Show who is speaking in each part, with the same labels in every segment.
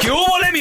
Speaker 1: ¿Qué hubo, mi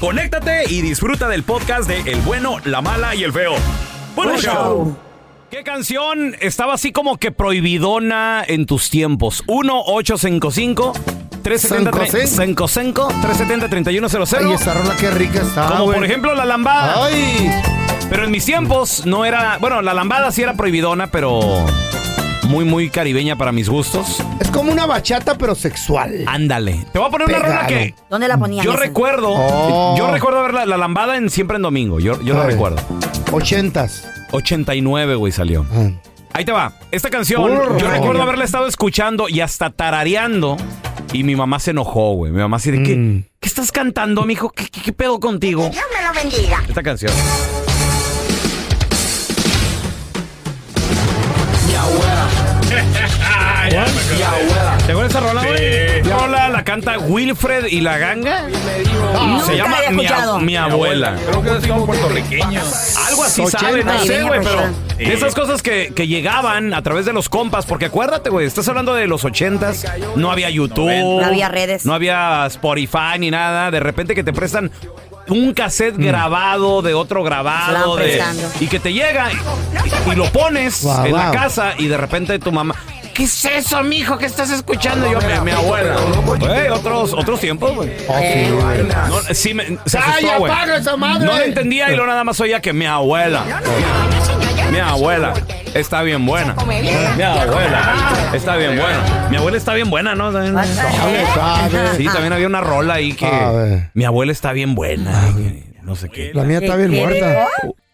Speaker 1: conéctate y disfruta del podcast de El bueno, la mala y el feo. Buen
Speaker 2: Buen
Speaker 1: show.
Speaker 2: show.
Speaker 1: ¿Qué canción estaba así como que prohibidona en tus tiempos? 1-855
Speaker 3: Cinco,
Speaker 1: 370 370-3100.
Speaker 3: Ay, esta rola qué rica está.
Speaker 1: Como por
Speaker 3: güey.
Speaker 1: ejemplo la lambada.
Speaker 3: Ay.
Speaker 1: Pero en mis tiempos no era. Bueno, la lambada sí era prohibidona, pero muy, muy caribeña para mis gustos.
Speaker 3: Es como una bachata, pero sexual.
Speaker 1: Ándale. Te voy a poner una rola
Speaker 3: Pegado.
Speaker 1: que.
Speaker 4: ¿Dónde la ponían?
Speaker 1: Yo
Speaker 4: esa?
Speaker 1: recuerdo.
Speaker 3: Oh.
Speaker 1: Yo recuerdo ver la, la lambada en siempre en domingo. Yo, yo la
Speaker 3: Ay.
Speaker 1: recuerdo.
Speaker 3: Ochentas.
Speaker 1: 89, güey, salió.
Speaker 3: Ah.
Speaker 1: Ahí te va. Esta canción,
Speaker 3: Burro.
Speaker 1: yo recuerdo haberla estado escuchando y hasta tarareando. Y mi mamá se enojó, güey. Mi mamá así de, ¿qué,
Speaker 3: Mm.
Speaker 1: ¿qué estás cantando, mijo? ¿Qué, qué, qué pedo contigo?
Speaker 4: Dios me lo bendiga.
Speaker 1: Esta canción. ¿Te acuerdas esa rola, güey? Esa rola la canta Wilfred y la ganga.
Speaker 4: Nunca
Speaker 1: Se
Speaker 4: la
Speaker 1: llama
Speaker 4: había
Speaker 1: mi, a-
Speaker 4: escuchado.
Speaker 1: mi abuela.
Speaker 2: Creo que es como puertorriqueño.
Speaker 1: Algo así
Speaker 3: 80.
Speaker 1: sabe, no sé,
Speaker 4: Navideña,
Speaker 1: güey,
Speaker 4: pues,
Speaker 1: pero
Speaker 4: ya.
Speaker 1: de esas cosas que, que llegaban a través de los compas, porque acuérdate, güey, estás hablando de los ochentas, no había YouTube,
Speaker 4: No había redes.
Speaker 1: no había Spotify ni nada, de repente que te prestan un cassette
Speaker 3: Mm.
Speaker 1: grabado de otro grabado
Speaker 4: Se
Speaker 1: de,
Speaker 4: van prestando.
Speaker 1: y que te llega y, y lo pones
Speaker 3: Guau,
Speaker 1: en la
Speaker 3: guau.
Speaker 1: casa y de repente tu mamá ¿Qué es eso, mijo? ¿Qué estás escuchando? Y Yo, mi, mi abuela. Güey, otros, otros tiempos, güey.
Speaker 3: Oh, sí, güey.
Speaker 1: No, sí me, se
Speaker 3: ¡Ay,
Speaker 1: asustó, güey.
Speaker 3: apaga esa madre!
Speaker 1: No lo entendía y lo nada más oía que mi abuela. Mi abuela está bien buena. Mi abuela está bien buena. Mi abuela está bien buena, ¿no? También-
Speaker 3: Sabe, sabe.
Speaker 1: Sí, también había una rola ahí que
Speaker 3: A ver.
Speaker 1: mi abuela está bien buena. que No sé qué.
Speaker 3: La mía está bien
Speaker 4: ¿Qué
Speaker 3: muerta.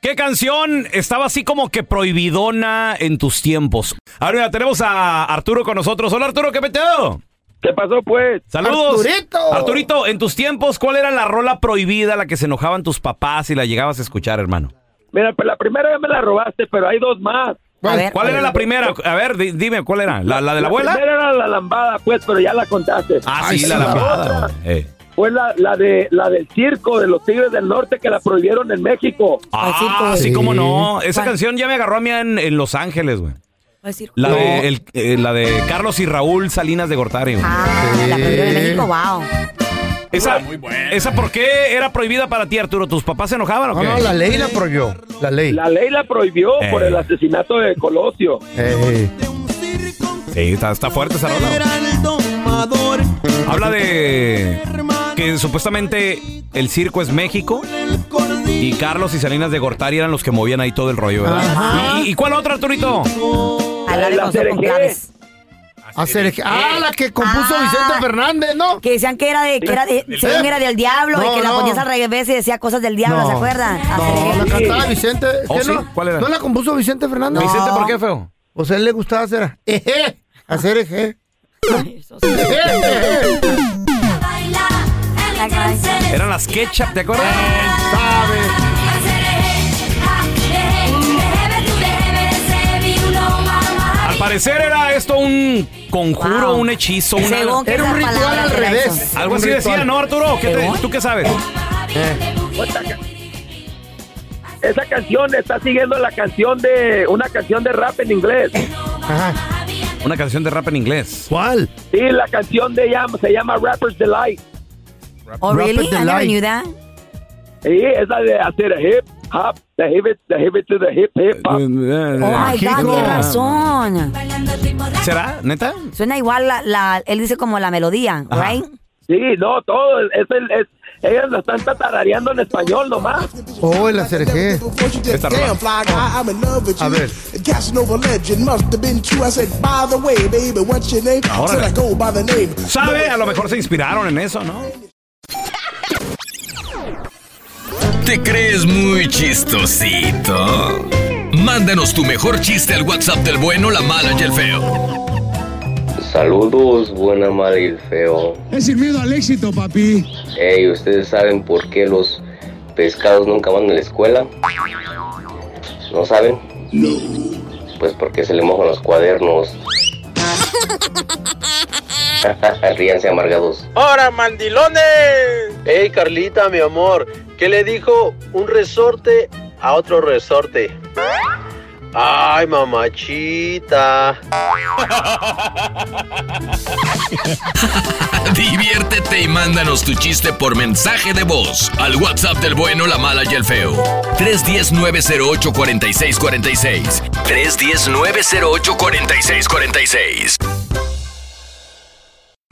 Speaker 1: ¿Qué canción estaba así como que prohibidona en tus tiempos? Ahora mira, tenemos a Arturo con nosotros. Hola Arturo, ¿qué peteo?
Speaker 5: ¿Qué pasó, pues?
Speaker 1: Saludos.
Speaker 3: Arturito.
Speaker 1: Arturito, en tus tiempos, ¿cuál era la rola prohibida, la que se enojaban tus papás y la llegabas a escuchar, hermano?
Speaker 5: Mira, pues la primera ya me la robaste, pero hay dos más.
Speaker 4: A ver.
Speaker 1: ¿Cuál era la primera? A ver, di- dime, ¿cuál era? ¿La, la de la abuela?
Speaker 5: primera era la lambada, pues, pero ya la contaste.
Speaker 1: Ah,
Speaker 3: Ay,
Speaker 1: sí, la
Speaker 3: sí, la
Speaker 1: lambada.
Speaker 5: otra.
Speaker 1: eh.
Speaker 5: Fue la, la, de, la del circo de los Tigres del Norte que la prohibieron en México.
Speaker 4: Al
Speaker 1: Ah,
Speaker 4: circo.
Speaker 1: sí, cómo no. Esa
Speaker 4: pues. ¿Cuál?
Speaker 1: canción ya me agarró a mí en, en Los Ángeles, güey.
Speaker 4: Al circo.
Speaker 1: La, de, el- eh, la de Carlos y Raúl Salinas de Gortari, güey.
Speaker 4: Ah, la prohibieron en México, wow.
Speaker 5: Ah,
Speaker 1: esa, ¿Esa por qué era prohibida para ti, Arturo? ¿Tus papás se enojaban o
Speaker 3: No,
Speaker 1: qué?
Speaker 3: no, la ley la prohibió. La ley.
Speaker 5: La ley la prohibió
Speaker 1: Eh.
Speaker 5: por el asesinato de Colosio.
Speaker 3: Eh,
Speaker 1: Sí, está, está fuerte esa rola. güey. Habla de que supuestamente el circo es México y Carlos y Salinas de Gortari eran los que movían ahí todo el rollo, ¿verdad? ¿Y, y cuál otra, Arturito?
Speaker 4: Hablar de
Speaker 5: La
Speaker 4: consuelo con
Speaker 5: cereje.
Speaker 4: claves.
Speaker 3: hacer ej- Ah, la que compuso
Speaker 4: Ah.
Speaker 3: Vicente Fernández, ¿no?
Speaker 4: Que decían que era de, que era de, según era del diablo y
Speaker 3: No,
Speaker 4: que la
Speaker 3: no.
Speaker 4: ponías al revés y decía cosas del diablo,
Speaker 3: No.
Speaker 4: ¿se acuerdan? A
Speaker 3: No, la
Speaker 4: cereje.
Speaker 3: cantaba Vicente.
Speaker 1: Oh,
Speaker 3: ¿Qué
Speaker 1: sí?
Speaker 3: no?
Speaker 1: ¿Cuál era?
Speaker 3: ¿No la compuso Vicente Fernández?
Speaker 1: ¿Vicente por qué, feo?
Speaker 3: O sea, a él le gustaba hacer eje, hacer eje. Eje, eje.
Speaker 4: La canción.
Speaker 1: Eran las ketchup, ¿te acuerdas?
Speaker 3: Eh,
Speaker 1: Al parecer era esto un conjuro,
Speaker 4: Wow.
Speaker 1: un hechizo, una-
Speaker 4: Según que
Speaker 3: Era un
Speaker 4: esas
Speaker 3: ritual
Speaker 4: palabras
Speaker 3: al
Speaker 4: eran
Speaker 3: revés.
Speaker 4: eso. Eh.
Speaker 1: Algo
Speaker 3: Un
Speaker 1: así decía,
Speaker 3: ritual.
Speaker 1: ¿no, Arturo? ¿Qué te- ¿Tú qué sabes?
Speaker 5: Esa canción está siguiendo la canción de una canción de rap en inglés.
Speaker 3: Ajá.
Speaker 1: Una canción de rap en inglés.
Speaker 3: ¿Cuál?
Speaker 5: Sí, la canción de llama, se llama Rapper's Delight.
Speaker 4: Oh, really?
Speaker 3: Rapid
Speaker 4: I never
Speaker 3: Delight.
Speaker 4: knew that.
Speaker 5: Sí, es la de hacer a hip hop, the hip it, the hip it to the hip hip
Speaker 1: Eh,
Speaker 5: hop.
Speaker 4: Oh, my
Speaker 3: México.
Speaker 4: God, qué razón.
Speaker 1: ¿Será? ¿Neta?
Speaker 4: Suena igual, la, la- él dice como la melodía,
Speaker 1: Ajá.
Speaker 4: right?
Speaker 5: Sí, no, todo es el es, ellas lo están tatarareando en español nomás.
Speaker 3: Oh, el acerejé.
Speaker 1: Esta rola.
Speaker 3: A ver.
Speaker 1: Órale. ¿Sabe? A lo mejor se inspiraron en eso, ¿no?
Speaker 2: ¿Te crees muy chistosito? Mándanos tu mejor chiste al WhatsApp del bueno, la mala y el feo.
Speaker 6: Saludos, buena madre y el feo.
Speaker 7: Es sin miedo al éxito, papi.
Speaker 6: Ey, ¿ustedes saben por qué los pescados nunca van a la escuela? ¿No saben? Pues porque se le mojan los cuadernos. Ríanse amargados.
Speaker 5: Ahora mandilones. Hey Carlita, mi amor, ¿qué le dijo un resorte a otro resorte? Ay, mamachita.
Speaker 2: Diviértete y mándanos tu chiste por mensaje de voz al WhatsApp del bueno, la mala y el feo. 310-908-4646. 310-908-4646.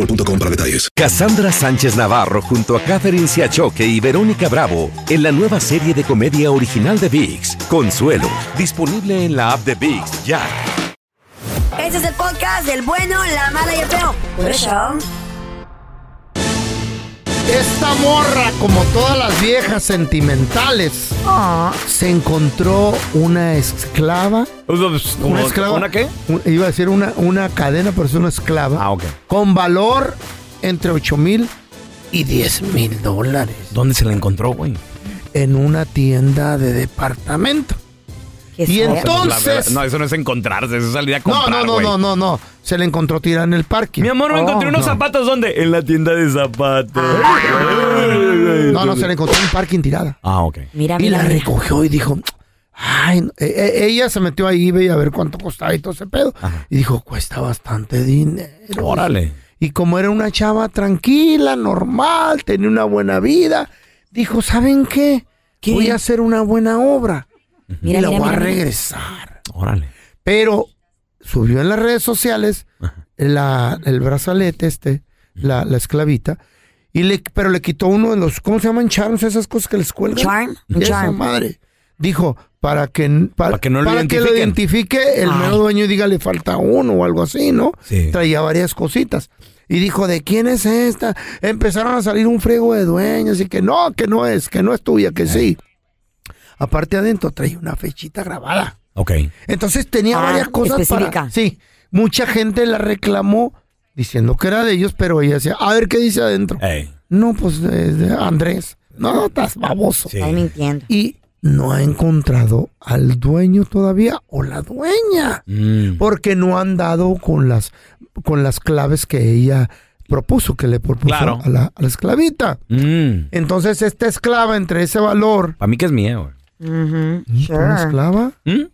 Speaker 8: para detalles.
Speaker 7: Cassandra Sánchez Navarro junto a Catherine Siachoque y Verónica Bravo en la nueva serie de comedia original de VIX, Consuelo, disponible en la app de VIX ya.
Speaker 4: Este es el podcast del bueno, la mala y el feo. Por eso,
Speaker 3: Esta morra, como todas las viejas sentimentales, se encontró una esclava.
Speaker 1: Pues,
Speaker 3: ¿Una esclava?
Speaker 1: ¿Una qué?
Speaker 3: Un- iba a decir una, una cadena, pero es una esclava.
Speaker 1: Ah, ok.
Speaker 3: Con valor entre 8 mil y 10 mil dólares
Speaker 1: ¿Dónde se la encontró, güey?
Speaker 3: en una tienda de departamento.
Speaker 4: qué
Speaker 3: Y
Speaker 4: feo.
Speaker 3: entonces-
Speaker 1: La verdad- no, eso no es encontrarse, eso es salir a
Speaker 3: No,
Speaker 1: comprar,
Speaker 3: no, no,
Speaker 1: güey.
Speaker 3: no, no, no. Se la encontró tirada en el parque.
Speaker 1: Mi amor, me
Speaker 3: Oh,
Speaker 1: encontré unos
Speaker 3: no.
Speaker 1: zapatos, ¿dónde? En la tienda de zapatos.
Speaker 3: No, no, se la encontró en un parking tirada.
Speaker 1: Ah, ok.
Speaker 4: Mira,
Speaker 3: Y
Speaker 4: mira,
Speaker 3: la
Speaker 4: mira.
Speaker 3: recogió y dijo, ay, no". E- e- ella se metió ahí eBay a ver cuánto costaba y todo ese pedo. Y dijo, cuesta bastante dinero.
Speaker 1: Órale.
Speaker 3: Y como era una chava tranquila, normal, tenía una buena vida, dijo, ¿saben qué?
Speaker 4: ¿Qué?
Speaker 3: Voy a hacer una buena obra
Speaker 4: Mira,
Speaker 3: y la
Speaker 4: mira,
Speaker 3: voy a
Speaker 4: mira, mira.
Speaker 3: regresar.
Speaker 1: Órale.
Speaker 3: Pero subió en las redes sociales la, el brazalete este, la, la esclavita, y le, pero le quitó uno de los, ¿cómo se llaman? Charms, esas cosas que les cuelgan.
Speaker 4: Charm, un
Speaker 3: Esa
Speaker 4: charm.
Speaker 3: madre. Dijo, para que, para,
Speaker 1: Para que no lo
Speaker 3: para que lo identifique el
Speaker 4: Ay.
Speaker 3: mero dueño y diga le falta uno o algo así, ¿no?
Speaker 1: Sí.
Speaker 3: Traía varias cositas. Y dijo, ¿de quién es esta? Empezaron a salir un friego de dueños y que no, que no es, que no es tuya, que sí. Aparte adentro traía una fechita grabada.
Speaker 1: Ok.
Speaker 3: Entonces tenía
Speaker 4: Ah,
Speaker 3: varias cosas
Speaker 4: específica.
Speaker 3: para... Sí, mucha gente la reclamó diciendo que era de ellos, pero ella decía, a ver qué dice adentro.
Speaker 1: Ey.
Speaker 3: No, pues de- de Andrés. No, estás baboso
Speaker 1: Sí.
Speaker 4: Estás mintiendo.
Speaker 3: y no ha encontrado al dueño todavía o la dueña
Speaker 1: Mm.
Speaker 3: porque no han dado con las con las claves que ella propuso que le propuso
Speaker 1: Claro.
Speaker 3: a, la, a la esclavita entonces esta esclava entre ese valor
Speaker 1: Para Mm. mí que es miedo,
Speaker 4: Ujú,
Speaker 3: ¿fue una
Speaker 4: sure.
Speaker 3: esclava
Speaker 1: güey. ¿Mm?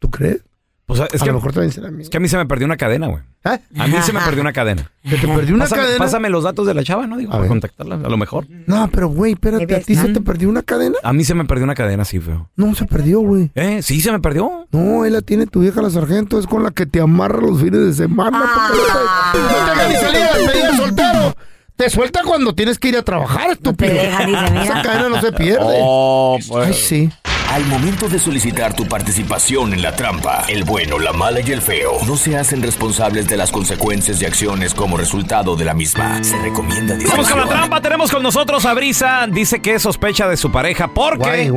Speaker 3: tú crees
Speaker 1: Pues es
Speaker 3: a
Speaker 1: que,
Speaker 3: lo mejor también será mía.
Speaker 1: es que a mí se me perdió una cadena, güey.
Speaker 3: ¿Eh?
Speaker 1: A mí se me perdió una cadena.
Speaker 3: ¿Se te perdió una
Speaker 1: pásame,
Speaker 3: cadena
Speaker 1: pásame los datos de la chava, ¿no? Digo,
Speaker 3: A
Speaker 1: para
Speaker 3: ver.
Speaker 1: contactarla, a lo mejor.
Speaker 3: no pero güey espérate
Speaker 4: Maybe
Speaker 3: a ti
Speaker 4: it's
Speaker 3: se
Speaker 4: not.
Speaker 3: te perdió una cadena
Speaker 1: A mí se me perdió una cadena, sí, feo.
Speaker 3: no se perdió güey
Speaker 1: ¿Eh? Sí, se me perdió.
Speaker 3: no, él la tiene tu vieja la sargento, es con la que te amarra los fines de semana.
Speaker 4: Ah.
Speaker 3: porque No te deja ni salir a despedida de soltero. Te suelta cuando tienes que ir a trabajar,
Speaker 4: Te
Speaker 3: estúpido.
Speaker 4: deja, dice,
Speaker 3: Esa
Speaker 4: mira.
Speaker 2: Oh.
Speaker 3: cadena no se pierde.
Speaker 1: Oh,
Speaker 3: Ay, sí.
Speaker 2: Al momento de solicitar tu participación en la trampa, el bueno, la mala y el feo no se hacen responsables de las consecuencias y acciones como resultado de la misma. Se recomienda
Speaker 1: Vamos con la
Speaker 2: discreción.
Speaker 1: trampa, tenemos con nosotros a Brisa, dice que sospecha de su pareja porque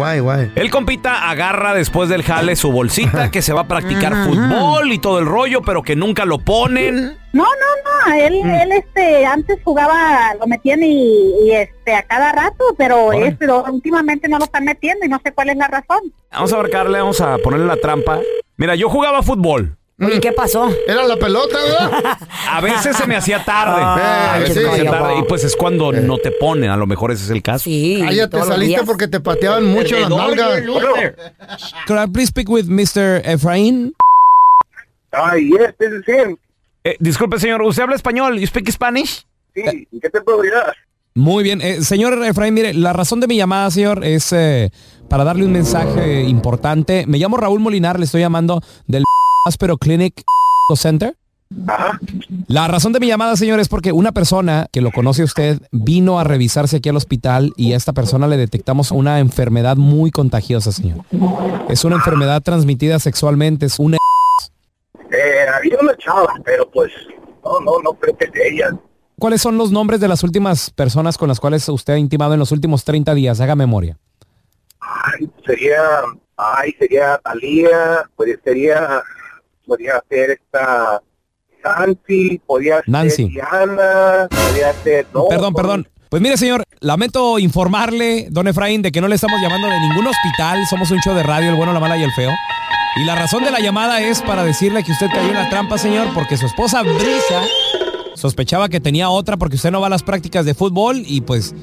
Speaker 1: el compita agarra después del jale su bolsita que se va a practicar
Speaker 9: Ajá.
Speaker 1: fútbol y todo el rollo, pero que nunca lo ponen.
Speaker 9: No, no, no, él,
Speaker 10: Mm.
Speaker 9: él este, antes jugaba, lo metían y, y, este, a cada rato, pero
Speaker 1: Órale.
Speaker 9: este, lo- últimamente no lo están metiendo y no sé cuál es la razón.
Speaker 1: Vamos a marcarle, vamos a ponerle la trampa. Mira, yo jugaba fútbol.
Speaker 4: Oye, ¿qué pasó?
Speaker 3: Era la pelota, ¿verdad?
Speaker 1: A veces se me hacía tarde.
Speaker 3: Ah,
Speaker 1: a veces
Speaker 3: sí.
Speaker 1: se me hacía
Speaker 3: Vaya,
Speaker 1: tarde.
Speaker 3: va.
Speaker 1: Y pues es cuando no te ponen, a lo mejor ese es el caso. Sí,
Speaker 3: Cállate, saliste porque te pateaban mucho las nalgas.
Speaker 11: Could I please speak with Mr. Efraín? Ah,
Speaker 1: Eh, disculpe, señor, ¿usted habla español? ¿You speak Spanish?
Speaker 11: Sí, ¿qué te puedo ayudar? Muy bien. Eh, señor Efraín, mire, la razón de mi llamada, señor, es eh, para darle un mensaje importante. Me llamo Raúl Molinar, le estoy llamando del Aspero Clinic Center. La razón de mi llamada, señor, es porque una persona que lo conoce a usted vino a revisarse aquí al hospital y a esta persona le detectamos una enfermedad muy contagiosa, señor. Es una enfermedad transmitida sexualmente, es una...
Speaker 10: Eh, había una chava, pero pues, no, no, no creo que sea ella.
Speaker 11: ¿Cuáles son los nombres de las últimas personas con las cuales usted ha intimado en los últimos 30 días? Haga memoria.
Speaker 10: Ay, sería, ay, sería Talía, podría, sería, podría ser esta Nancy, podría
Speaker 11: Nancy.
Speaker 10: ser Diana, podría ser, no.
Speaker 11: Perdón, perdón. Pues mire, señor, lamento informarle, don Efraín, de que no le estamos llamando de ningún hospital. Somos un show de radio, el bueno, la mala y el feo. Y la razón de la llamada es para decirle que usted cayó en la trampa, señor, porque su esposa Brisa sospechaba que tenía otra porque usted no va a las prácticas de fútbol y pues...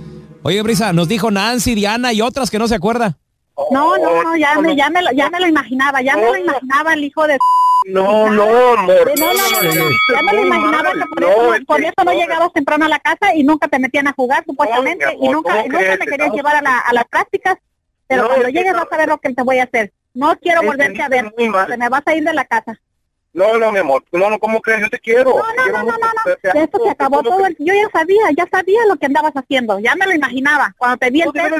Speaker 11: Oye, Brisa, nos dijo Nancy, Diana y otras que no se acuerda.
Speaker 10: Oh,
Speaker 9: No, no, no, ya me, ya me, lo- ya me lo imaginaba, ya me lo imaginaba el hijo de...
Speaker 10: No, no, amor.
Speaker 9: No, no, no, no, no, ya me lo imaginaba que por,
Speaker 10: No,
Speaker 9: eso,
Speaker 10: es
Speaker 9: no, por
Speaker 10: que-
Speaker 9: eso no llegabas temprano a la casa y nunca te metían a jugar, supuestamente,
Speaker 10: amor,
Speaker 9: y nunca,
Speaker 10: ¿cómo
Speaker 9: y nunca
Speaker 10: crees?
Speaker 9: me querías
Speaker 10: Estamos-
Speaker 9: llevar a, la- a las prácticas, pero
Speaker 10: No,
Speaker 9: cuando
Speaker 10: es que
Speaker 9: llegues
Speaker 10: no-
Speaker 9: vas a ver lo que te voy a hacer. No quiero
Speaker 10: Entendiste
Speaker 9: volverte a ver, te me vas a ir de la casa.
Speaker 10: No, no, mi amor, no, no, ¿cómo crees? Yo te quiero.
Speaker 9: No, no,
Speaker 10: Quiero
Speaker 9: no, no,
Speaker 10: mucho,
Speaker 9: no,
Speaker 10: o sea,
Speaker 9: no. Esto se acabó todo. el- Yo ya sabía, ya sabía lo que andabas haciendo. Ya me lo imaginaba. Cuando te vi el texto,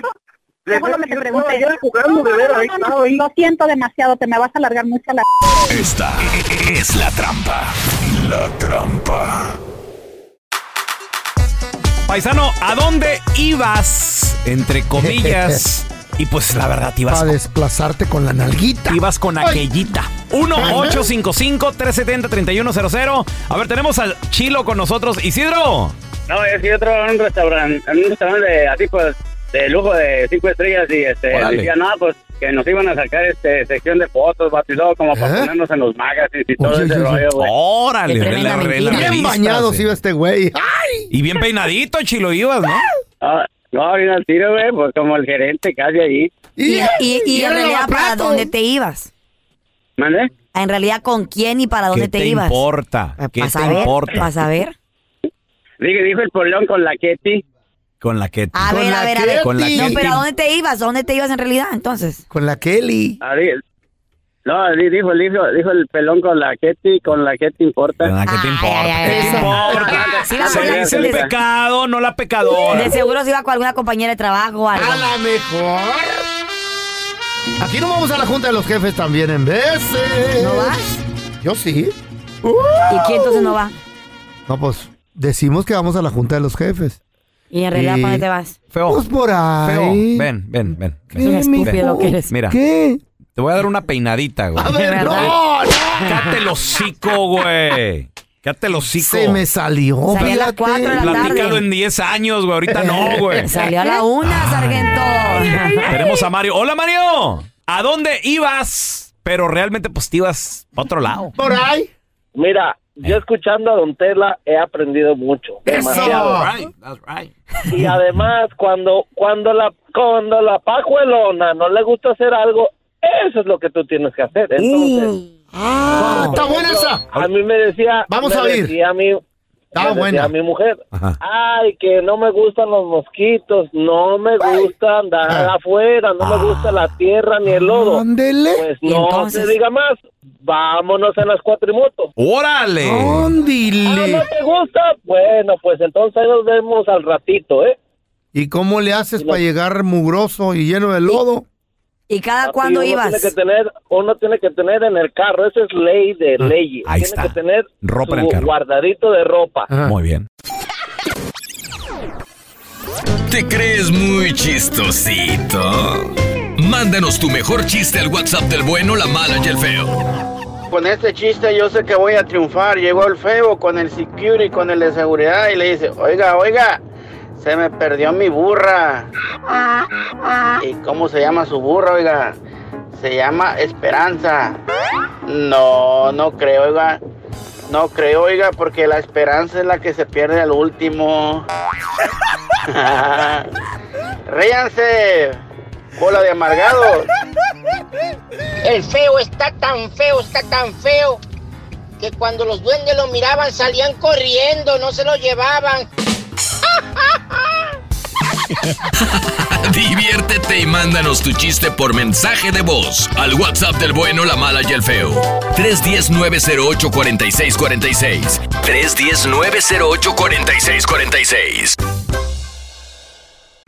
Speaker 10: de
Speaker 9: ya fue lo que
Speaker 10: veras,
Speaker 9: te
Speaker 10: yo
Speaker 9: pregunté.
Speaker 10: estaba allá jugando,
Speaker 9: No,
Speaker 10: de
Speaker 9: no,
Speaker 10: veras,
Speaker 9: no,
Speaker 10: ahí
Speaker 9: no,
Speaker 10: estaba
Speaker 9: no. Lo siento demasiado, te me vas a alargar mucho a la...
Speaker 2: Esta es la trampa. La trampa.
Speaker 1: Paisano, ¿a dónde ibas? Entre comillas. y pues la verdad, ibas
Speaker 3: Para desplazarte con la nalguita.
Speaker 1: Ibas con aquellita. 1-855-370-3100. A ver, tenemos al Chilo con nosotros. Isidro.
Speaker 12: No, es que yo trabajo en un restaurante, en un restaurante de- así pues, de lujo de cinco estrellas y este,
Speaker 1: Órale.
Speaker 12: decía, no, pues que nos iban a sacar este sección de fotos, vato, y todo como para ponernos en los magazines y todo
Speaker 1: ¿Eh? Oye,
Speaker 12: ese
Speaker 1: oye, oye.
Speaker 12: rollo, güey.
Speaker 1: Órale, Qué de tremenda la- de la mentira.
Speaker 3: Bien
Speaker 1: revistas,
Speaker 3: bañado
Speaker 1: eh.
Speaker 3: iba este güey. ¡Ay!
Speaker 1: Y bien peinadito, Chilo, ibas, ¿no?
Speaker 12: Ah, no, bien al tiro, güey, pues como el gerente casi ahí.
Speaker 4: Y, y- y
Speaker 12: Y
Speaker 4: en
Speaker 12: era
Speaker 4: realidad, ¿para
Speaker 12: lavaplatos.
Speaker 4: dónde te ibas?
Speaker 12: ¿Mande?
Speaker 4: En realidad, ¿con quién y para dónde
Speaker 1: ¿Qué te,
Speaker 4: ibas?
Speaker 1: importa? ¿Qué
Speaker 4: ¿Para
Speaker 1: te
Speaker 4: saber?
Speaker 1: importa?
Speaker 4: ¿Para saber?
Speaker 12: Dije, dijo el polón con la Ketty.
Speaker 1: Con la Ketty.
Speaker 4: A ver, a ver, a ver.
Speaker 1: Con la
Speaker 4: no,
Speaker 1: Ketty.
Speaker 4: pero ¿a dónde te ibas? ¿A dónde te ibas en realidad entonces?
Speaker 3: Con la Kelly.
Speaker 12: Ah, di- No, di- dijo, dijo, dijo el pelón con la Ketty, con la Ketty importa. Con
Speaker 1: la Ketty importa. ¿Qué te importa?
Speaker 4: Ah, Sí, va con
Speaker 1: Se
Speaker 4: la-
Speaker 1: dice el
Speaker 4: de-
Speaker 1: pecado, no la pecadora.
Speaker 4: De seguro se iba con alguna compañera de trabajo o algo.
Speaker 3: A la mejor. Aquí no vamos a la junta de los jefes también en veces.
Speaker 4: ¿No vas?
Speaker 3: Yo sí. Uh.
Speaker 4: ¿Y quién entonces no va?
Speaker 3: No, pues decimos que vamos a la junta de los jefes.
Speaker 4: ¿Y en realidad para dónde te vas?
Speaker 1: Feo.
Speaker 3: Pues por ahí.
Speaker 1: Feo, ven, ven, ven.
Speaker 3: Es un estúpido
Speaker 1: Ven.
Speaker 3: que eres.
Speaker 1: Mira.
Speaker 3: ¿Qué?
Speaker 1: Te voy a dar una peinadita, güey. eh,
Speaker 3: A ver, no, no.
Speaker 1: Cállate el hocico, güey. Cállate el hocico.
Speaker 3: Se me salió.
Speaker 1: Salí
Speaker 4: a las cuatro de la tarde.
Speaker 1: Platícalo en 10 años, güey. Ahorita no, güey.
Speaker 4: Salió a la una, sargento.
Speaker 1: Tenemos a Mario. Hola, Mario. ¿A dónde ibas? Pero realmente, pues te ibas a otro lado.
Speaker 3: Por ahí.
Speaker 13: Mira, yo escuchando a Don Tela he aprendido mucho. Demasiado. Y además, cuando, cuando la, cuando la pajuelona no le gusta hacer algo, eso es lo que tú tienes que hacer. Entonces,
Speaker 3: Uh. Ah, está buena esa.
Speaker 13: a mí me decía,
Speaker 3: Vamos
Speaker 13: me
Speaker 3: a ir.
Speaker 13: decía a mí, me decía
Speaker 3: buena.
Speaker 13: a mi mujer,
Speaker 3: Ajá.
Speaker 13: ay, que no me gustan los mosquitos, no me gusta andar
Speaker 1: Ah.
Speaker 13: afuera, no me gusta la tierra ni el lodo.
Speaker 3: Ándele.
Speaker 13: Pues
Speaker 3: ¿Y
Speaker 13: no
Speaker 3: entonces?
Speaker 13: se diga más, vámonos en las cuatrimotos.
Speaker 1: ¡Órale!
Speaker 13: Ah,
Speaker 3: Ándile.
Speaker 13: ¿no te gusta? Bueno, pues entonces ahí nos vemos al ratito, ¿eh?
Speaker 3: ¿Y cómo le haces para llegar mugroso y lleno de lodo?
Speaker 4: ¿Y cada
Speaker 13: Papi,
Speaker 4: cuándo
Speaker 13: uno
Speaker 4: ibas?
Speaker 13: Tiene que tener, uno tiene que tener en el carro, esa es ley de
Speaker 1: Ah,
Speaker 13: leyes.
Speaker 1: ahí
Speaker 13: tiene
Speaker 1: está.
Speaker 13: que tener
Speaker 1: Ropa en el
Speaker 13: su
Speaker 1: carro.
Speaker 13: guardadito de ropa.
Speaker 1: Muy bien.
Speaker 2: ¿Te crees muy chistosito? Mándanos tu mejor chiste al WhatsApp del bueno, la mala y el feo.
Speaker 14: Con este chiste yo sé que voy a triunfar. Llegó el feo con el security, con el de seguridad y le dice, oiga, oiga, se me perdió mi burra. ¿Y cómo se llama su burra, oiga? Se llama Esperanza. No, no creo, oiga. No creo, oiga, porque la esperanza es la que se pierde al último. Ríanse, bola de amargados.
Speaker 15: El feo está tan feo, está tan feo, que cuando los duendes lo miraban salían corriendo, no se lo llevaban.
Speaker 2: Diviértete y mándanos tu chiste por mensaje de voz al WhatsApp del bueno, la mala y el feo. 310-908-4646. 310-908-4646.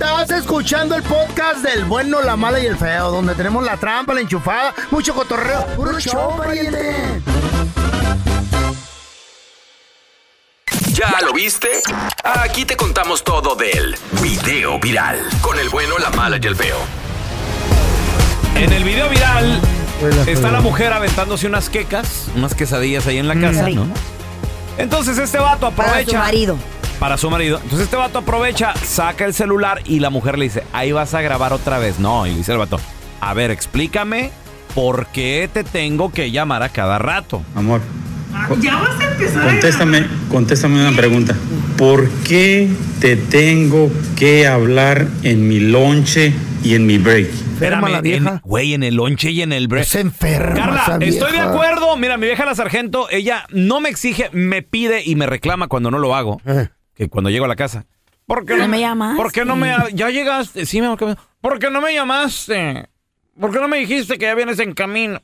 Speaker 3: Estás escuchando el podcast del bueno, la mala y el feo, donde tenemos la trampa, la enchufada, mucho cotorreo. ¡Puro show, pariente!
Speaker 2: ¿Ya lo viste? Aquí te contamos todo del video viral. Con el bueno, la mala y el feo.
Speaker 1: En el video viral está la mujer aventándose unas quecas, unas quesadillas ahí en la casa, ¿no? Entonces este vato aprovecha.
Speaker 4: Para su marido.
Speaker 1: Para su marido. Entonces este vato aprovecha, saca el celular y la mujer le dice, ahí vas a grabar otra vez. No, y le dice el vato, a ver, explícame por qué te tengo que llamar a cada rato.
Speaker 16: Amor,
Speaker 17: Ya vas a empezar.
Speaker 16: contéstame, contéstame una pregunta. ¿Por qué te tengo que hablar en mi lonche y en mi break?
Speaker 1: Espérame, en- Güey, en el lonche y en el break. Se
Speaker 3: enferma.
Speaker 1: Carla,
Speaker 16: esa
Speaker 1: estoy de
Speaker 16: vieja.
Speaker 1: acuerdo. Mira, mi vieja la sargento, ella no me exige, me pide y me reclama cuando no lo hago.
Speaker 16: Eh.
Speaker 1: Que cuando llego a la casa. ¿Por qué
Speaker 17: no me llamas?
Speaker 1: ¿Por qué no me... ha- Ya llegaste, sí, mi amor, ¿qué me- ¿Por qué no me llamaste? ¿Por qué no me dijiste que ya vienes en camino?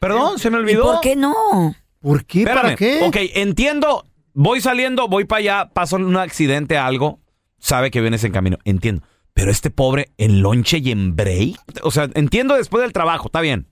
Speaker 1: Perdón, se me olvidó.
Speaker 4: ¿Por qué no?
Speaker 3: ¿Por qué?
Speaker 1: Espérame. Ok, entiendo. Voy saliendo, voy para allá, paso un accidente, algo. Sabe que vienes en camino, entiendo. Pero este pobre en lonche y en break. O sea, entiendo después del trabajo, está bien.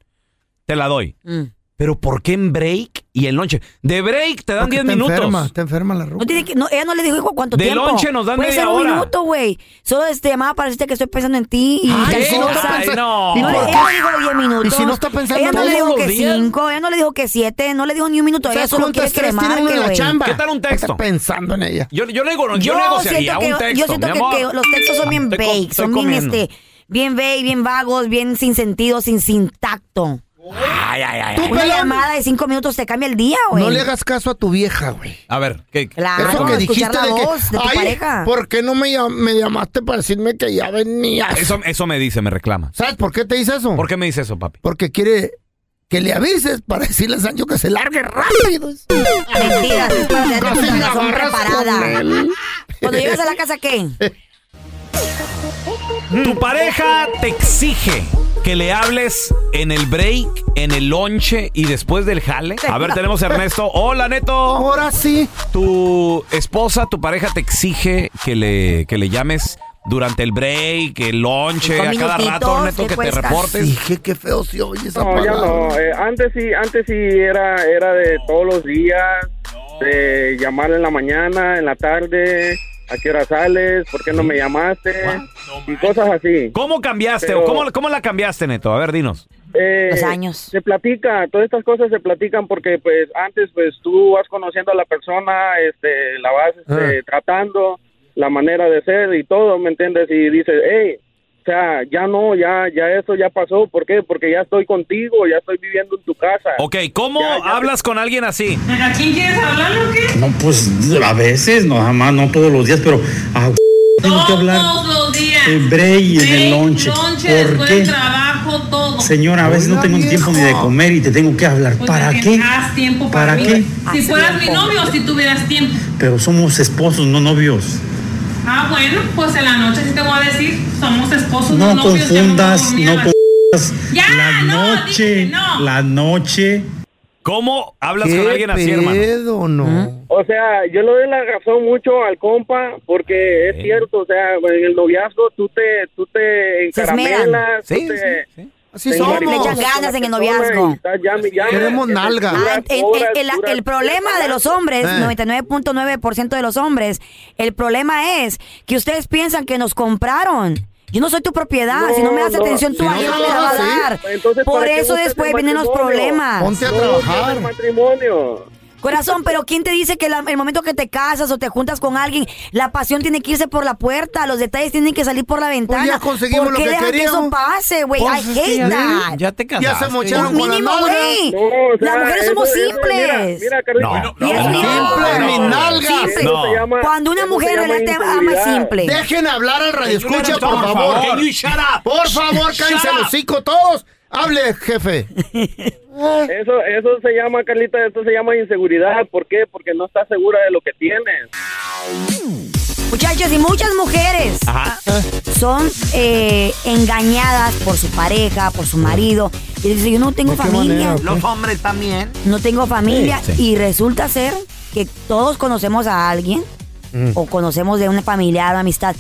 Speaker 1: Te la doy.
Speaker 4: Mm.
Speaker 1: Pero ¿por qué en break y en lonche? De break te dan
Speaker 3: Porque
Speaker 1: 10
Speaker 3: está
Speaker 1: minutos.
Speaker 3: enferma, está enferma la
Speaker 4: No tiene que, no, ella no le dijo hijo, cuánto
Speaker 1: De
Speaker 4: tiempo.
Speaker 1: lonche nos dan
Speaker 4: Puede
Speaker 1: media
Speaker 4: ser un
Speaker 1: hora.
Speaker 4: minuto, güey. Solo este llamaba para decirte que estoy pensando en ti y
Speaker 1: Ay,
Speaker 4: tal
Speaker 1: si no está
Speaker 4: cosa.
Speaker 1: pensando- no.
Speaker 4: le-
Speaker 1: ¿Y por
Speaker 4: ella
Speaker 1: qué?
Speaker 4: dijo 10 minutos.
Speaker 1: ¿Y si no está pensando
Speaker 4: Ella no le
Speaker 1: todos
Speaker 4: dijo
Speaker 1: los
Speaker 4: que
Speaker 1: días?
Speaker 4: 5, ella no le dijo que 7, no le dijo ni un minuto. Ella
Speaker 3: ¿Sabes
Speaker 4: solo
Speaker 3: cuánto
Speaker 4: quiere que le
Speaker 3: estrés tiene
Speaker 4: marque,
Speaker 3: uno en la
Speaker 4: güey.
Speaker 3: chamba?
Speaker 1: ¿Qué tal un texto?
Speaker 3: Está pensando en ella.
Speaker 1: Yo, yo le digo, yo, negociaría
Speaker 4: siento que,
Speaker 1: un texto.
Speaker 4: yo siento
Speaker 1: mi
Speaker 4: que-
Speaker 1: amor.
Speaker 4: que los textos son bien
Speaker 1: Estoy co-
Speaker 4: vague,
Speaker 1: estoy
Speaker 4: son bien
Speaker 1: comiendo.
Speaker 4: este, bien vague, bien vagos, bien sin sentido, sin sin tacto.
Speaker 1: Ay, ay, ay.
Speaker 4: Una
Speaker 1: ay.
Speaker 4: llamada de 5 minutos te cambia el día, güey.
Speaker 3: No le hagas caso a tu vieja, güey.
Speaker 1: A ver, ¿qué?
Speaker 4: Claro,
Speaker 3: Eso que
Speaker 4: Ah, escuchar
Speaker 3: dijiste
Speaker 4: la
Speaker 3: de que,
Speaker 4: voz de tu
Speaker 3: "Ay,
Speaker 4: pareja".
Speaker 3: ¿por qué no me, llam- me llamaste para decirme que ya venías?
Speaker 1: Eso, eso me dice, me reclama.
Speaker 3: ¿Sabes por qué te dice eso?
Speaker 1: ¿Por qué me dice eso, papi?
Speaker 3: Porque quiere que le avises para decirle a Sancho que se largue rápido.
Speaker 4: Mentiras, es para tener tu
Speaker 3: Casi la
Speaker 4: corazón
Speaker 3: agarras con
Speaker 4: preparada.
Speaker 3: él.
Speaker 4: Cuando llegas a la casa, ¿qué?
Speaker 1: Tu pareja te exige que le hables en el break, en el lonche y después del jale. A ver, tenemos a Ernesto. Hola, Neto. Ahora
Speaker 3: sí.
Speaker 1: Tu esposa, tu pareja te exige que le, que le llames durante el break, el lonche,
Speaker 18: Cinco
Speaker 1: a cada rato,
Speaker 18: minutitos,
Speaker 1: neto, que
Speaker 18: ¿qué
Speaker 1: te
Speaker 18: cuesta?
Speaker 1: reportes.
Speaker 3: Dije, qué feo se oye esa
Speaker 18: No, ya
Speaker 3: palabra.
Speaker 18: no. eh, antes sí, antes sí era, era de todos los días, de llamar en la mañana, en la tarde, a qué hora sales, por qué no me llamaste y cosas así.
Speaker 1: ¿Cómo cambiaste? o
Speaker 18: Pero-
Speaker 1: ¿Cómo, ¿Cómo la cambiaste, Neto? A ver, dinos.
Speaker 18: Los años. Eh, Se platica, todas estas cosas se platican porque pues antes pues tú vas conociendo a la persona, este, la vas este, tratando, la manera de ser y todo, ¿me entiendes? Y dices, hey, o sea, ya no, ya, ya eso ya pasó, ¿por qué? Porque ya estoy contigo, ya estoy viviendo en tu casa.
Speaker 1: Ok, ¿cómo hablas con alguien así?
Speaker 17: ¿A quién quieres hablar o qué?
Speaker 16: No, pues a veces, no, jamás, no todos los días, pero ah, tengo que hablar
Speaker 17: Todos los días.
Speaker 16: el break y en el lonche.
Speaker 17: Lonche,
Speaker 16: ¿Por
Speaker 17: después del
Speaker 16: qué?
Speaker 17: trabajo, todo.
Speaker 16: Señora, a veces no tengo tiempo ni de comer y te tengo que hablar.
Speaker 17: Pues,
Speaker 16: ¿Para
Speaker 17: que
Speaker 16: qué?
Speaker 17: haz tiempo para,
Speaker 16: ¿Para
Speaker 17: mí.
Speaker 16: qué?
Speaker 17: Si
Speaker 16: Haz
Speaker 17: fueras mi
Speaker 16: tiempo.
Speaker 17: novio, si tuvieras tiempo.
Speaker 16: Pero somos esposos, no novios.
Speaker 17: Ah, bueno, pues en la noche sí te voy a decir, somos esposos,
Speaker 16: No
Speaker 17: novios, ya
Speaker 16: confundas, no
Speaker 17: durmieron.
Speaker 16: confundas
Speaker 17: Ya,
Speaker 16: la
Speaker 17: no,
Speaker 16: noche, la noche.
Speaker 1: ¿Cómo
Speaker 16: hablas con alguien así, hermano?
Speaker 3: pedo, no?
Speaker 16: ¿Mm?
Speaker 18: O sea, yo le doy la razón mucho al compa porque es cierto, o sea, en el noviazgo tú te, tú te
Speaker 4: Se esmeran.
Speaker 18: encaramelas, tú
Speaker 4: Sí,
Speaker 18: te...
Speaker 4: Así somos. Le echan ganas en el noviazgo.
Speaker 18: Queremos nalga.
Speaker 4: Ah, en- en- en- el, el problema de los hombres,
Speaker 18: Eh.
Speaker 4: 99.9% de los hombres, el problema es que ustedes piensan que nos compraron. Yo no soy tu propiedad. si no me das
Speaker 18: No, no.
Speaker 4: atención, tú
Speaker 18: Sí,
Speaker 4: a quién
Speaker 18: no,
Speaker 4: me la vas
Speaker 18: sí.
Speaker 4: a dar.
Speaker 18: Entonces,
Speaker 4: Por
Speaker 18: ¿para qué
Speaker 4: eso
Speaker 18: buscas
Speaker 4: después
Speaker 18: el
Speaker 4: vienen los
Speaker 18: matrimonio?
Speaker 4: problemas.
Speaker 18: Ponte a No busques trabajar. el matrimonio.
Speaker 4: Corazón, pero ¿quién te dice que la- el momento que te casas o te juntas con alguien, la pasión tiene que irse por la puerta, los detalles tienen que salir por la ventana?
Speaker 3: Pues ya conseguimos
Speaker 4: ¿Por
Speaker 3: lo
Speaker 4: qué
Speaker 3: que
Speaker 4: dejan
Speaker 3: queríamos?
Speaker 4: que eso pase, güey?
Speaker 3: Pues,
Speaker 4: I
Speaker 3: es que
Speaker 4: hate
Speaker 3: ya-
Speaker 4: that.
Speaker 3: ya te Ya se casaste. Pues mocharon
Speaker 4: Un
Speaker 3: con la
Speaker 4: mínimo,
Speaker 3: nalga.
Speaker 4: güey.
Speaker 3: No, o sea,
Speaker 4: Las mujeres
Speaker 3: eso-
Speaker 4: somos
Speaker 3: eso- mira,
Speaker 4: simples.
Speaker 3: mira, Carlita.
Speaker 4: No,
Speaker 3: No,
Speaker 4: y es
Speaker 3: no,
Speaker 4: bien
Speaker 3: no,
Speaker 4: simple,
Speaker 3: no,
Speaker 4: mis
Speaker 3: no.
Speaker 4: nalgas.
Speaker 3: Simple. Eso se llama-
Speaker 4: Cuando una
Speaker 3: eso se
Speaker 4: mujer
Speaker 3: llama
Speaker 4: realmente ama es
Speaker 3: infidelidad.
Speaker 4: simple.
Speaker 3: Dejen hablar al radio. Escucha, por favor.
Speaker 1: Can you shut up?
Speaker 3: Por favor,
Speaker 1: Shut
Speaker 3: cállense
Speaker 1: up.
Speaker 3: los hocico todos. Hable, jefe.
Speaker 18: Eso, eso se llama, Carlita, eso se llama inseguridad. ¿Por qué? Porque no estás segura de lo que tienes.
Speaker 4: Muchachos, y muchas mujeres son eh, engañadas por su pareja, por su marido. Y dicen, yo no tengo familia.
Speaker 19: hombres también.
Speaker 4: no tengo familia
Speaker 19: Sí, sí.
Speaker 4: y resulta ser que todos conocemos a alguien
Speaker 19: Mm.
Speaker 4: o conocemos de una familiar, una amistad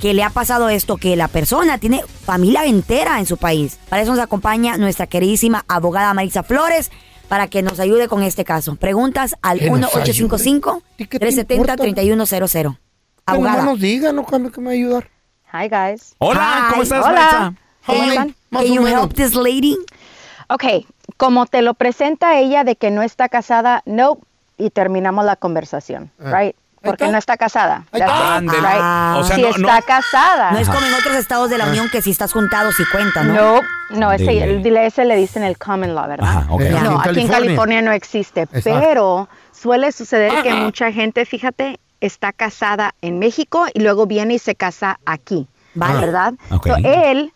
Speaker 4: que le ha pasado esto, que la persona tiene familia entera en su país. Para eso nos acompaña nuestra queridísima abogada Marisa Flores para que nos ayude con este caso. Preguntas al
Speaker 3: Que nos
Speaker 4: 1-855-370-3100. Abogada.
Speaker 3: nos digan, no cambio que me va a ayudar.
Speaker 20: Hi, guys.
Speaker 4: Hola, ¿cómo estás,
Speaker 20: Hola.
Speaker 4: Maritza?
Speaker 20: ¿Cómo
Speaker 4: Hi.
Speaker 20: están?
Speaker 4: Más Can o you menos. help this lady?
Speaker 20: Ok, como te lo presenta ella de que no está casada, no, y terminamos la conversación,
Speaker 4: Ah.
Speaker 20: right? Porque no está casada.
Speaker 4: Ahí
Speaker 20: that's
Speaker 4: está.
Speaker 20: it,
Speaker 4: Ándele.
Speaker 20: right?
Speaker 4: Ah. O sea,
Speaker 20: si
Speaker 4: no-
Speaker 20: está
Speaker 4: no-
Speaker 20: casada.
Speaker 4: No es como en otros estados de la
Speaker 20: Ah.
Speaker 4: Unión que si estás juntado, si cuenta, ¿no?
Speaker 20: No, no, ese,
Speaker 4: Ándele.
Speaker 20: el, dile- ese le dicen el common law, ¿verdad?
Speaker 4: ok.
Speaker 20: No,
Speaker 4: Aquí en
Speaker 20: aquí en
Speaker 4: California.
Speaker 20: California no existe,
Speaker 4: Exacto.
Speaker 20: pero suele suceder que mucha gente, fíjate, está casada en México y luego viene y se casa aquí,
Speaker 4: Vale.
Speaker 20: ¿verdad?
Speaker 4: Ah, ok.
Speaker 20: So, él,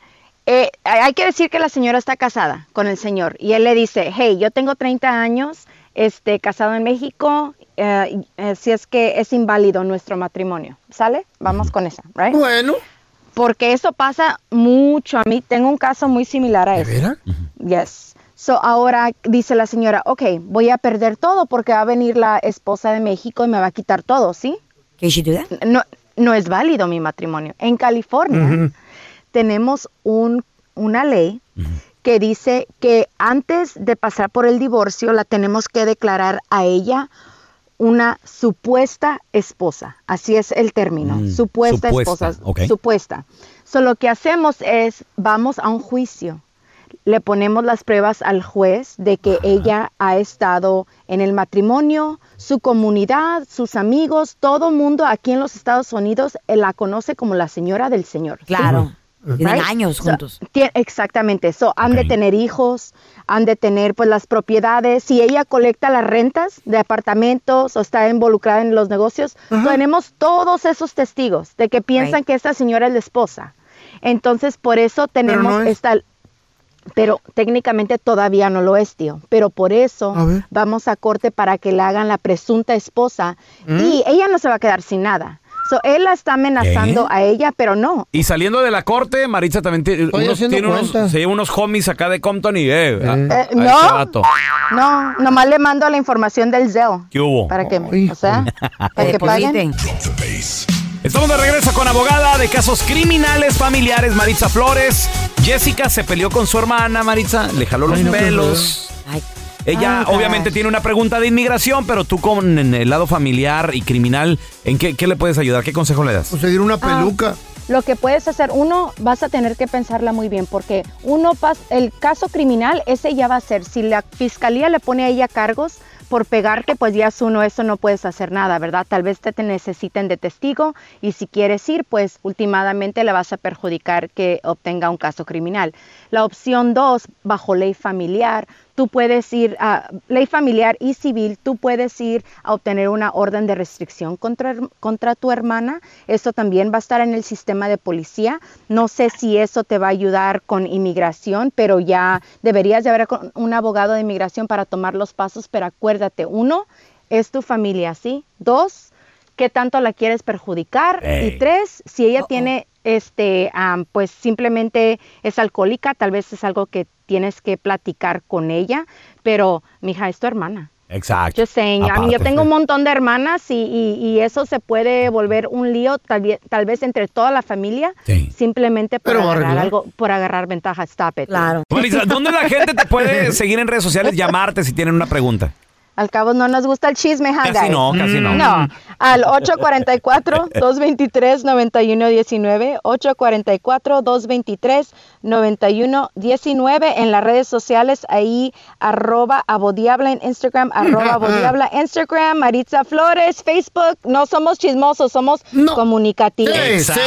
Speaker 20: eh, hay hay que decir que la señora está casada con el señor y él le dice, hey, yo tengo 30 años, este, casado en México, eh, eh, si es que es inválido nuestro matrimonio, ¿sale? Vamos con esa, ¿right?
Speaker 3: Bueno.
Speaker 20: Porque eso pasa mucho. A mí tengo un caso muy similar a eso. Yes. So ahora dice la señora, ok, voy a perder todo porque va a venir la esposa de México y me va a quitar todo, ¿sí?
Speaker 4: Can she do that?
Speaker 20: No, no es válido mi matrimonio. En California tenemos un, una ley que dice que antes de pasar por el divorcio la tenemos que declarar a ella una supuesta esposa. Así es el término,
Speaker 19: Mm,
Speaker 20: supuesta,
Speaker 19: supuesta,
Speaker 20: esposa,
Speaker 19: ok.
Speaker 20: supuesta. So, lo que hacemos es, vamos a un juicio. Le ponemos las pruebas al juez de que ella ha estado en el matrimonio, su comunidad, sus amigos, todo mundo aquí en los Estados Unidos eh, la conoce como la señora del señor. ¿sí?
Speaker 4: Claro. Tienen
Speaker 20: Right?
Speaker 4: años
Speaker 20: So,
Speaker 4: juntos.
Speaker 20: tie- exactamente. So, han de tener hijos, han de tener pues las propiedades. Si ella colecta las rentas de apartamentos o está involucrada en los negocios, tenemos todos esos testigos de que piensan
Speaker 19: Right.
Speaker 20: que esta señora es la esposa. Entonces, por eso tenemos
Speaker 19: no es.
Speaker 20: esta pero técnicamente todavía no lo es, tío. Pero por eso vamos a corte para que le hagan la presunta esposa
Speaker 1: Mm.
Speaker 20: y ella no se va a quedar sin nada. So, él la está amenazando
Speaker 1: ¿Eh?
Speaker 20: a ella, pero no.
Speaker 1: Y saliendo de la corte, Maritza también tiene, unos,
Speaker 20: haciendo
Speaker 1: tiene unos-
Speaker 20: cuentas.
Speaker 1: se lleva unos homies acá de Compton y eh, a- a
Speaker 20: Eh,
Speaker 1: este vato.
Speaker 20: no, no, nomás le mando la información del Zell.
Speaker 1: ¿Qué hubo?
Speaker 20: pues
Speaker 1: pues,
Speaker 20: Para que, o sea, para que paguen.
Speaker 1: Estamos de regreso con abogada de casos criminales familiares, Maritza Flores. Jessica se peleó con su hermana, Maritza, le jaló los
Speaker 11: Ay, no, qué
Speaker 1: pelos.
Speaker 4: Ay,
Speaker 1: Ella
Speaker 11: Ah, caray.
Speaker 1: obviamente tiene una pregunta de inmigración, pero tú con en el lado familiar y criminal, ¿en qué, qué le puedes ayudar? ¿Qué consejo le das?
Speaker 3: Conseguir Pues una
Speaker 1: peluca.
Speaker 20: Lo que puedes hacer, uno, vas a tener que pensarla muy bien, porque uno, pas- el caso criminal, ese ya va a ser. Si la fiscalía le pone a ella cargos por pegarte, pues ya es uno, eso no puedes hacer nada, ¿verdad? Tal vez te, te necesiten de testigo y si quieres ir, pues últimamente le vas a perjudicar que obtenga un caso criminal. La opción dos, bajo ley familiar, tú puedes ir a ley familiar y civil, tú puedes ir a obtener una orden de restricción contra, her- contra tu hermana. Eso también va a estar en el sistema de policía. No sé si eso te va a ayudar con inmigración, pero ya deberías de haber con un abogado de inmigración para tomar los pasos, pero acuérdate, uno, es tu familia, ¿sí? Dos, qué tanto la quieres perjudicar
Speaker 21: Ey.
Speaker 20: y tres si ella tiene este am, pues simplemente es alcohólica tal vez es algo que tienes que platicar con ella pero mija es tu hermana
Speaker 1: Exacto.
Speaker 20: yo sé, a mí- yo
Speaker 1: Aparte,
Speaker 20: tengo
Speaker 1: sí.
Speaker 20: un montón de hermanas y, y- y eso se puede volver un lío tal, vie- tal vez entre toda la familia simplemente por
Speaker 1: Pero va a
Speaker 20: agarrar
Speaker 1: arreglar.
Speaker 20: algo por agarrar ventaja stop it claro
Speaker 1: Marisa, ¿dónde la gente te puede seguir en redes sociales, llamarte si tienen una pregunta?
Speaker 20: Al cabo no nos gusta el chisme, ¿ja,
Speaker 1: Casi
Speaker 20: guys?
Speaker 1: no, casi no.
Speaker 20: No, al 844-223-9119, 844-223-9119 en las redes sociales, ahí arroba abodiabla en Instagram, arroba abodiabla en Instagram, Maritza Flores, Facebook, no somos chismosos, somos comunicativos.
Speaker 1: Exacto.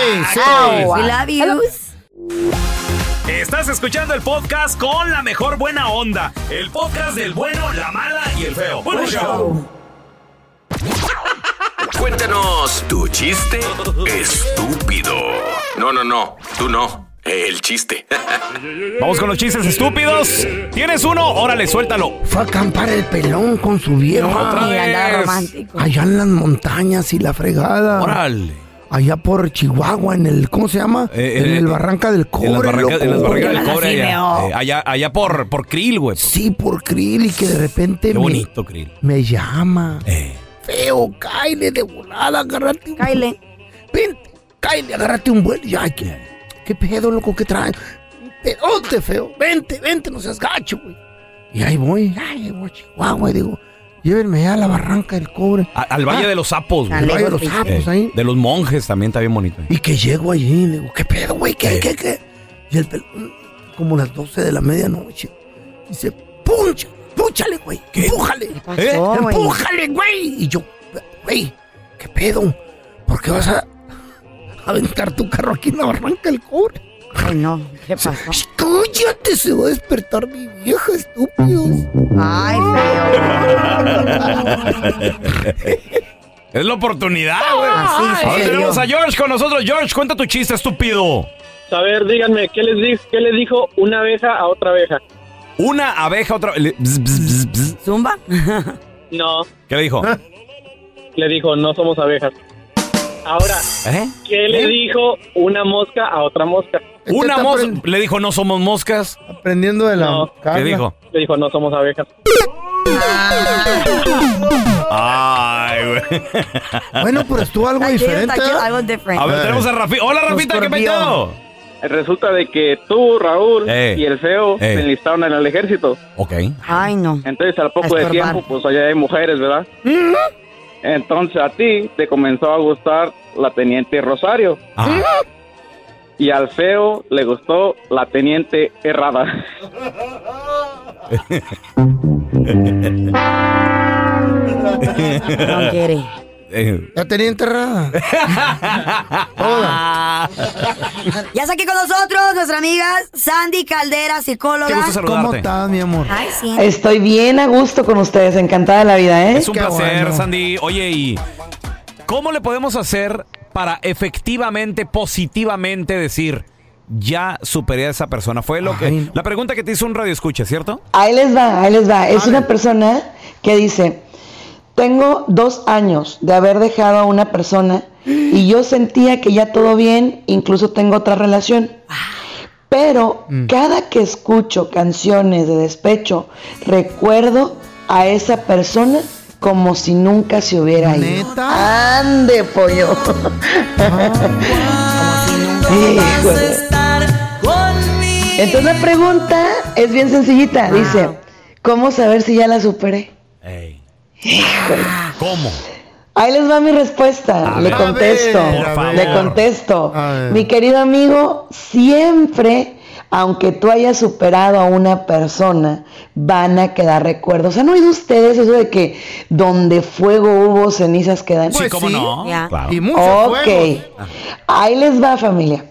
Speaker 20: Agua.
Speaker 1: Estás escuchando el podcast con la mejor buena onda. El podcast del bueno, la mala y el feo. Bueno, show.
Speaker 2: Cuéntanos tu chiste estúpido. No, no, no, tú no. El chiste.
Speaker 1: Vamos con los chistes estúpidos. ¿Tienes uno? Órale, suéltalo. Eh,
Speaker 3: Fue a acampar el pelón con su vieja.
Speaker 1: Otra Y andaba vez. romántico.
Speaker 3: Allá en las montañas y la fregada.
Speaker 1: Órale.
Speaker 3: Allá por Chihuahua, en el, ¿cómo se llama?
Speaker 1: Eh,
Speaker 3: en
Speaker 1: eh,
Speaker 3: el Barranca del Cobre.
Speaker 1: En las barrancas,
Speaker 3: loco.
Speaker 1: en las barrancas del cobre allá. Eh, allá. allá por, por Krill, güey.
Speaker 3: Sí, por Krill y que de repente
Speaker 1: Qué
Speaker 3: me-
Speaker 1: bonito, Eh. Krill.
Speaker 3: me, llama. Feo, Kyle, de volada, agárrate un... Kyle. Vente, Kyle, agárrate un vuelo. Ya, ¿qué,
Speaker 1: Eh.
Speaker 3: qué pedo, loco, qué traes? Pedote, feo. Vente, vente, no seas gacho, güey. Y ahí voy, ay, voy a Chihuahua, y digo, llévenme allá a la Barranca del Cobre.
Speaker 1: A- al Valle
Speaker 3: Ah,
Speaker 1: de los Sapos, güey.
Speaker 3: al Valle de los Sapos,
Speaker 1: Eh,
Speaker 3: ahí.
Speaker 1: De los monjes también está bien bonito. ¿eh?
Speaker 3: Y que llego allí y le digo, ¿qué pedo, güey? ¿Qué, qué, qué? Y el pelón, como las 12 de la medianoche, dice, ¡puncha! ¡Púchale, güey! ¡Empújale!
Speaker 21: pasó,
Speaker 3: ¿Eh?
Speaker 21: güey?
Speaker 3: ¡Empújale, güey! Y yo, güey, ¿qué pedo? ¿Por qué vas a aventar tu carro aquí en la barranca del cobre? Ay, no, ¿qué pasó? ¡Cállate! Se va a despertar mi vieja, estúpidos. Ay,
Speaker 1: Es la oportunidad,
Speaker 3: Ah,
Speaker 1: güey.
Speaker 21: Así
Speaker 1: Ahora
Speaker 21: sucedió.
Speaker 1: tenemos a George con nosotros. George, cuenta tu chiste, estúpido.
Speaker 22: A ver, díganme, ¿qué les, di- qué les dijo una abeja a otra abeja?
Speaker 1: Una abeja, otra. le- bzz, bzz, bzz, bzz.
Speaker 4: ¿Zumba?
Speaker 22: No,
Speaker 1: ¿Qué le dijo?
Speaker 22: le dijo, no somos abejas. Ahora,
Speaker 1: ¿Eh?
Speaker 22: ¿qué le dijo una mosca a otra mosca?
Speaker 1: Una mosca. Le dijo, no somos moscas.
Speaker 3: Aprendiendo de la.
Speaker 1: ¿Qué dijo?
Speaker 22: Le dijo, no somos abejas.
Speaker 1: Ay, güey.
Speaker 3: Bueno, pues tú algo diferente. ¿eh?
Speaker 1: A ver, tenemos a Rafi. Hola, Rafita, ¿qué pedo?
Speaker 22: Resulta de que tú, Raúl
Speaker 1: Eh.
Speaker 22: y el feo
Speaker 1: Eh.
Speaker 22: se enlistaron en el ejército.
Speaker 1: Ok.
Speaker 4: Ay, no.
Speaker 22: Entonces, al poco
Speaker 4: A
Speaker 22: de
Speaker 4: estorbar.
Speaker 22: tiempo, pues allá hay mujeres, ¿verdad?
Speaker 3: ¿Mm?
Speaker 22: Entonces, a ti te comenzó a gustar la teniente Rosario.
Speaker 3: ¿Mm?
Speaker 22: Y al feo le gustó la teniente Errada.
Speaker 1: No
Speaker 4: quiere.
Speaker 3: La tenía enterrada. Toda.
Speaker 4: Ya está aquí con nosotros nuestra amiga Sandy Caldera, psicóloga.
Speaker 3: ¿Cómo estás, mi amor?
Speaker 4: Ay, sí.
Speaker 19: Estoy bien a gusto con ustedes, encantada de la vida, ¿eh?
Speaker 1: Es un placer, Sandy. Oye, ¿y cómo le podemos hacer para efectivamente, positivamente decir, ya superé a esa persona? Fue lo que. La pregunta que te hizo un radio escucha, ¿cierto?
Speaker 19: Ahí les va, ahí les va. Es una persona que dice, tengo dos años de haber dejado a una persona y yo sentía que ya todo bien, incluso tengo otra relación. Pero cada que escucho canciones de despecho, recuerdo a esa persona como si nunca se hubiera ido. ¡Ande, pollo! Híjole. Entonces la pregunta es bien sencillita. Dice, ¿cómo saber si ya la superé? Híjole.
Speaker 1: ¿Cómo?
Speaker 19: Ahí les va mi respuesta.
Speaker 1: A
Speaker 19: Le
Speaker 1: ver.
Speaker 19: contesto.
Speaker 1: A ver, por
Speaker 19: Le
Speaker 1: favor.
Speaker 19: contesto. Mi querido amigo, siempre, aunque tú hayas superado a una persona, van a quedar recuerdos. ¿Han oído ustedes eso de que donde fuego hubo, cenizas quedan?
Speaker 1: Pues Sí, cómo no. Claro. Ah.
Speaker 19: ok. Ahí les va, familia.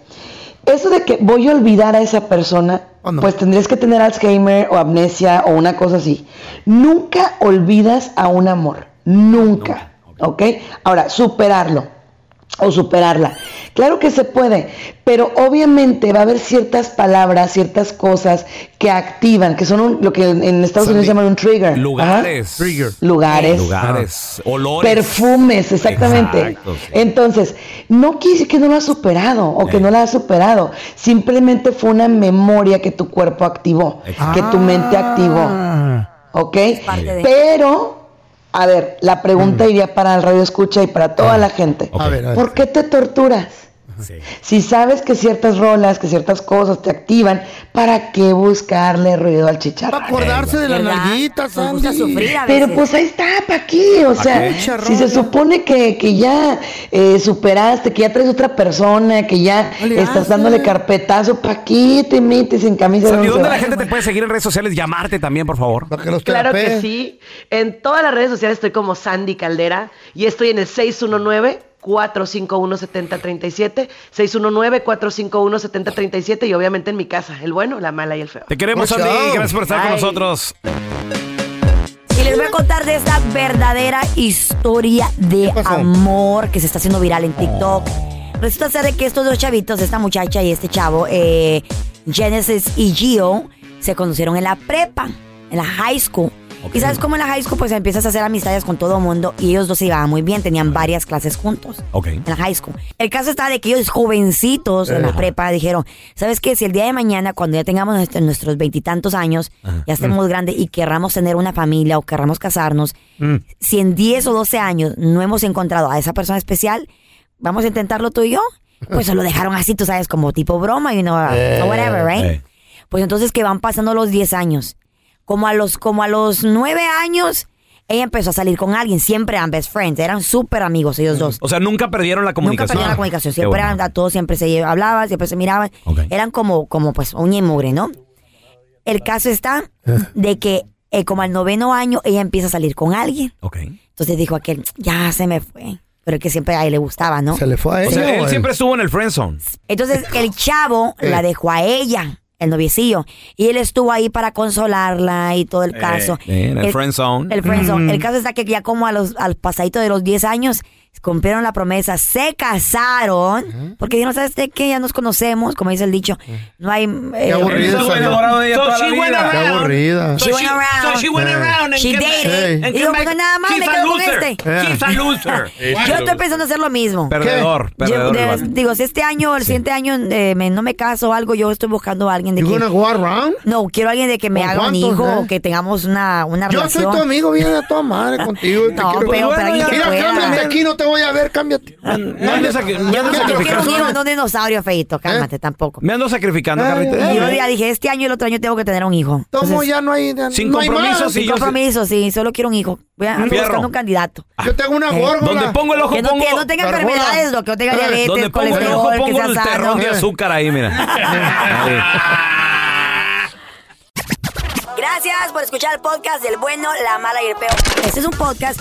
Speaker 19: Eso de que voy a olvidar a esa persona, pues tendrías que tener Alzheimer o amnesia o una cosa así. Nunca olvidas a un amor. Nunca. ¿Ok? Ahora, superarlo o superarla. Claro que se puede, pero obviamente va a haber ciertas palabras, ciertas cosas que activan, que son un- lo que en, en Estados Unidos llaman un trigger.
Speaker 1: Lugares.
Speaker 3: Ah,
Speaker 19: Ajá. Lugares.
Speaker 1: Lugares. Olores.
Speaker 19: Perfumes, exactamente.
Speaker 1: Exacto, sí.
Speaker 19: Entonces, no quiere decir que no lo has superado o que no la has superado. Simplemente fue una memoria que tu cuerpo activó, que tu mente activó. ¿Ok?
Speaker 4: Ah. parte de-
Speaker 19: Pero, a ver, la
Speaker 1: Mm.
Speaker 19: pregunta iría para el radio escucha y para
Speaker 1: Ah.
Speaker 19: toda la gente.
Speaker 3: A ver, a ver.
Speaker 19: ¿Por qué te torturas? Si sabes que ciertas rolas, que ciertas cosas te activan, ¿para qué buscarle ruido al chicharrón? Para
Speaker 3: acordarse de las nalguitas, Andy.
Speaker 19: Pero pues ahí está, ¿para qué? O
Speaker 3: ¿Pa'
Speaker 19: sea,
Speaker 3: qué? Mucha
Speaker 19: si se
Speaker 3: rola.
Speaker 19: supone que, que ya eh, superaste, que ya traes otra persona, que ya estás dándole carpetazo, ¿para qué te metes en camisa de
Speaker 1: ¿Y
Speaker 19: once
Speaker 1: dónde la
Speaker 19: varas?
Speaker 1: gente te puede seguir en redes sociales? Llamarte también, por favor.
Speaker 21: Claro que sí. En todas las redes sociales estoy como Sandy Caldera y estoy en el 619 451 7037, 619 451 7037 y obviamente en mi casa, el bueno, la mala y el feo.
Speaker 1: Te queremos, Sandy. Gracias por estar con
Speaker 21: Bye.
Speaker 1: nosotros.
Speaker 4: Y les voy a contar de esta verdadera historia de amor que se está haciendo viral en TikTok. Resulta ser de que estos dos chavitos, esta muchacha y este chavo, eh, Genesis y Gio, se conocieron en la prepa, en la high school. Y sabes cómo en la high school pues empiezas a hacer amistades con todo mundo y ellos dos se llevaban muy bien, tenían varias clases juntos
Speaker 1: Ok.
Speaker 4: en la high school. El caso está de que ellos jovencitos en la
Speaker 1: Ajá.
Speaker 4: prepa dijeron, ¿sabes qué? Si el día de mañana, cuando ya tengamos nuestro- nuestros veintitantos años,
Speaker 1: Ajá.
Speaker 4: ya estemos grandes y querramos tener una familia o querramos casarnos, si en 10 o 12 años no hemos encontrado a esa persona especial, vamos a intentarlo tú y yo. Pues se lo dejaron así, tú sabes, como tipo broma, you know,
Speaker 5: Eh,
Speaker 4: or Ah, whatever, right?
Speaker 5: eh.
Speaker 4: Pues entonces que van pasando los 10 años. Como a los, como a los 9 años, ella empezó a salir con alguien. Siempre eran best friends, eran súper amigos ellos dos.
Speaker 1: O sea, nunca perdieron la
Speaker 4: Nunca
Speaker 1: comunicación. Ah,
Speaker 4: perdían la comunicación.
Speaker 1: Qué
Speaker 4: Siempre
Speaker 1: bueno.
Speaker 4: eran a todos, siempre se lle- hablaban, siempre se miraban. Eran como, como pues uña y mugre, ¿no? El caso está de que eh, como al noveno año ella empieza a salir con alguien. Entonces dijo aquel, ya se me fue. Pero que siempre a él le gustaba, ¿no?
Speaker 3: Se le fue a
Speaker 1: O sea, él siempre estuvo en el friend zone.
Speaker 4: Entonces el chavo
Speaker 1: Eh.
Speaker 4: la dejó a ella, el noviecillo. Y él estuvo ahí para consolarla y todo el caso.
Speaker 1: Eh, en el friend zone.
Speaker 4: El friendzone.
Speaker 1: Mm.
Speaker 4: El caso está que ya como a los, al pasadito de los 10 años cumplieron la promesa, se casaron, porque dijeron, ¿sabes de qué? Ya nos conocemos, como dice el dicho. No hay... eh,
Speaker 3: aburrido
Speaker 4: no-
Speaker 3: soy yo. So she went around. Qué aburrida.
Speaker 4: She went around. Eh. She dated.
Speaker 3: Hey.
Speaker 4: Y digo, pues nada más, me quedo con este. Yo estoy pensando hacer lo mismo.
Speaker 1: Perdedor,
Speaker 4: Yo,
Speaker 1: perdedor,
Speaker 4: de-
Speaker 1: Iván.
Speaker 4: digo, si este año, el siguiente año eh, me- no me caso o algo, yo estoy buscando a alguien de
Speaker 3: You
Speaker 4: que...
Speaker 3: gonna go around?
Speaker 4: No, quiero alguien de que me
Speaker 3: ¿Con
Speaker 4: haga un
Speaker 3: cuántos,
Speaker 4: hijo
Speaker 3: eh?
Speaker 4: o que tengamos una, una
Speaker 3: Yo
Speaker 4: relación.
Speaker 3: soy tu amigo, viene a toda madre contigo. y te
Speaker 4: No,
Speaker 3: quiero-
Speaker 4: pero- pero alguien que
Speaker 3: Mira,
Speaker 4: pueda.
Speaker 3: cámbiate aquí, no te voy a ver, cámbiate.
Speaker 1: Me ando sacri- me
Speaker 4: Yo quiero
Speaker 1: ando
Speaker 4: un hijo,
Speaker 1: sacrificando.
Speaker 4: no un dinosaurio,
Speaker 3: ¿Eh?
Speaker 4: Feito, cálmate, tampoco.
Speaker 1: Me ando sacrificando, Carlita.
Speaker 4: Y yo ya dije, este año y el otro año tengo que tener un hijo.
Speaker 3: Tomo,
Speaker 4: Entonces,
Speaker 3: ya no hay.
Speaker 1: Sin no hay compromisos, más. sí,
Speaker 4: Sin
Speaker 1: yo sé.
Speaker 4: compromisos, sí, solo quiero un hijo. Voy a ando
Speaker 1: Fierro. Ah.
Speaker 4: buscando un candidato.
Speaker 3: Yo tengo una
Speaker 4: Eh,
Speaker 3: górgola.
Speaker 1: Donde pongo el ojo,
Speaker 4: que no,
Speaker 1: pongo-
Speaker 4: que no tenga
Speaker 1: Gárgola.
Speaker 4: enfermedades, lo que no tenga diabetes,
Speaker 1: Donde pongo el ojo,
Speaker 4: colesterol, que
Speaker 1: pongo
Speaker 4: sea
Speaker 1: el
Speaker 4: sano.
Speaker 1: terrón de azúcar ahí, mira.
Speaker 4: Gracias por escuchar el podcast del bueno, la mala y el peor. Este es un podcast